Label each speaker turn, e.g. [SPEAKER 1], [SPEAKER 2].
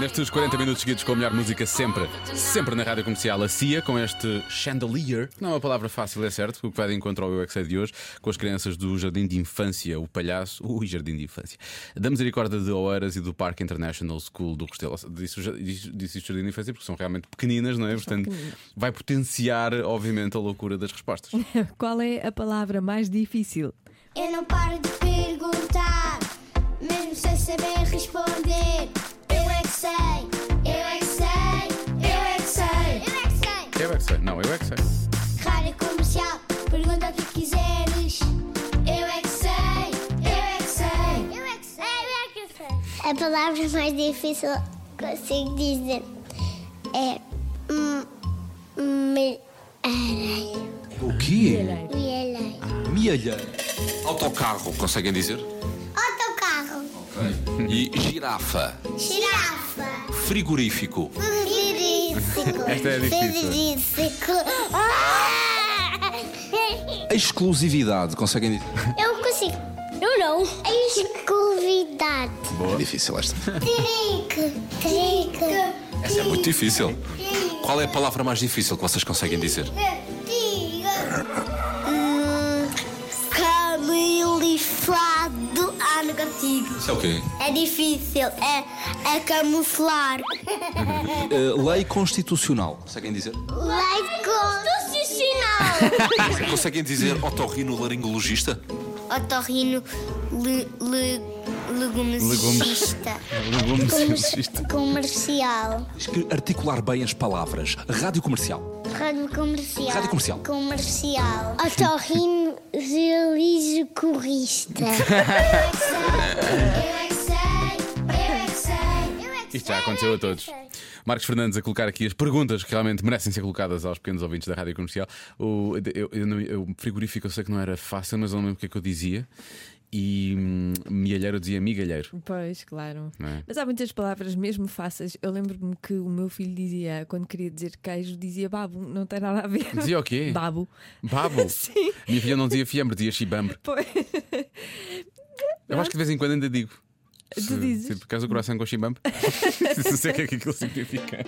[SPEAKER 1] Nestes 40 minutos seguidos com a melhor música sempre, sempre na rádio comercial, a CIA, com este chandelier, que não é uma palavra fácil, é certo, o que vai de encontro ao Eu é Que Sei de hoje, com as crianças do Jardim de Infância, o Palhaço, ui, Jardim de Infância, da Misericórdia de Oeiras e do Parque International School do Restelo. Disse, o ja- disse, disse isto Jardim de Infância porque são realmente pequeninas, não é? Portanto, vai potenciar, obviamente, a loucura das respostas.
[SPEAKER 2] Qual é a palavra mais difícil?
[SPEAKER 3] Eu não paro de perguntar, mesmo sem saber responder. Eu é que sei, eu é que sei, eu é que sei, eu é que sei.
[SPEAKER 1] Eu é que sei, não, eu é que sei.
[SPEAKER 3] Rádio comercial, pergunta o que quiseres. Eu é que sei, eu é que sei, eu é que sei, eu é que sei. A palavra mais difícil que consigo dizer é. Mielheiro.
[SPEAKER 4] O quê?
[SPEAKER 3] Mielheiro.
[SPEAKER 4] Mielheiro.
[SPEAKER 5] Autocarro, conseguem dizer?
[SPEAKER 3] Autocarro.
[SPEAKER 5] E girafa.
[SPEAKER 3] Girafa.
[SPEAKER 5] Frigorífico.
[SPEAKER 3] Frigorífico.
[SPEAKER 1] Esta é difícil.
[SPEAKER 3] Frigorífico. Ah!
[SPEAKER 5] Exclusividade, conseguem dizer?
[SPEAKER 3] Eu consigo. Eu não. Exclusividade.
[SPEAKER 5] É difícil esta.
[SPEAKER 3] Trinque. Trinque.
[SPEAKER 5] Essa é muito difícil. Qual é a palavra mais difícil que vocês conseguem dizer?
[SPEAKER 3] Camuflado. Ah, não consigo.
[SPEAKER 5] Isso é o quê?
[SPEAKER 3] É difícil. É, é camuflar.
[SPEAKER 4] Eh, lei constitucional. Conseguem dizer?
[SPEAKER 3] Like constitucional.
[SPEAKER 5] Ah, é Conseguem dizer otorrino laringologista?
[SPEAKER 3] Otorrino le, le, legumicista.
[SPEAKER 1] Legumes.
[SPEAKER 3] Comercial.
[SPEAKER 4] Tens que articular bem as palavras. Rádio comercial.
[SPEAKER 3] Rádio comercial.
[SPEAKER 4] Rádio comercial.
[SPEAKER 3] Comercial. Otorrino corrista. Eu é que sei, eu é que sei, eu é que sei.
[SPEAKER 1] Isto já aconteceu a todos. Marcos Fernandes a colocar aqui as perguntas que realmente merecem ser colocadas aos pequenos ouvintes da rádio comercial. O eu, eu não- eu- frigorífico eu sei que não era fácil, mas eu não lembro o que é que eu dizia. E hum, mielheiro eu dizia migalheiro.
[SPEAKER 2] Pois, claro.
[SPEAKER 1] Não é?
[SPEAKER 2] Mas há muitas palavras mesmo fáceis. Eu lembro-me que o meu filho dizia, quando queria dizer queijo, dizia babo, não tem nada a ver.
[SPEAKER 1] Dizia o quê?
[SPEAKER 2] Babo.
[SPEAKER 1] Babo.
[SPEAKER 2] Sim.
[SPEAKER 1] Minha filha não dizia fiambre, dizia chibambre.
[SPEAKER 2] Pois.
[SPEAKER 1] Eu acho que de vez em quando ainda digo.
[SPEAKER 2] Tu dizes?
[SPEAKER 1] Se por causa do coração com chibambre. Não sei o que é que aquilo significa.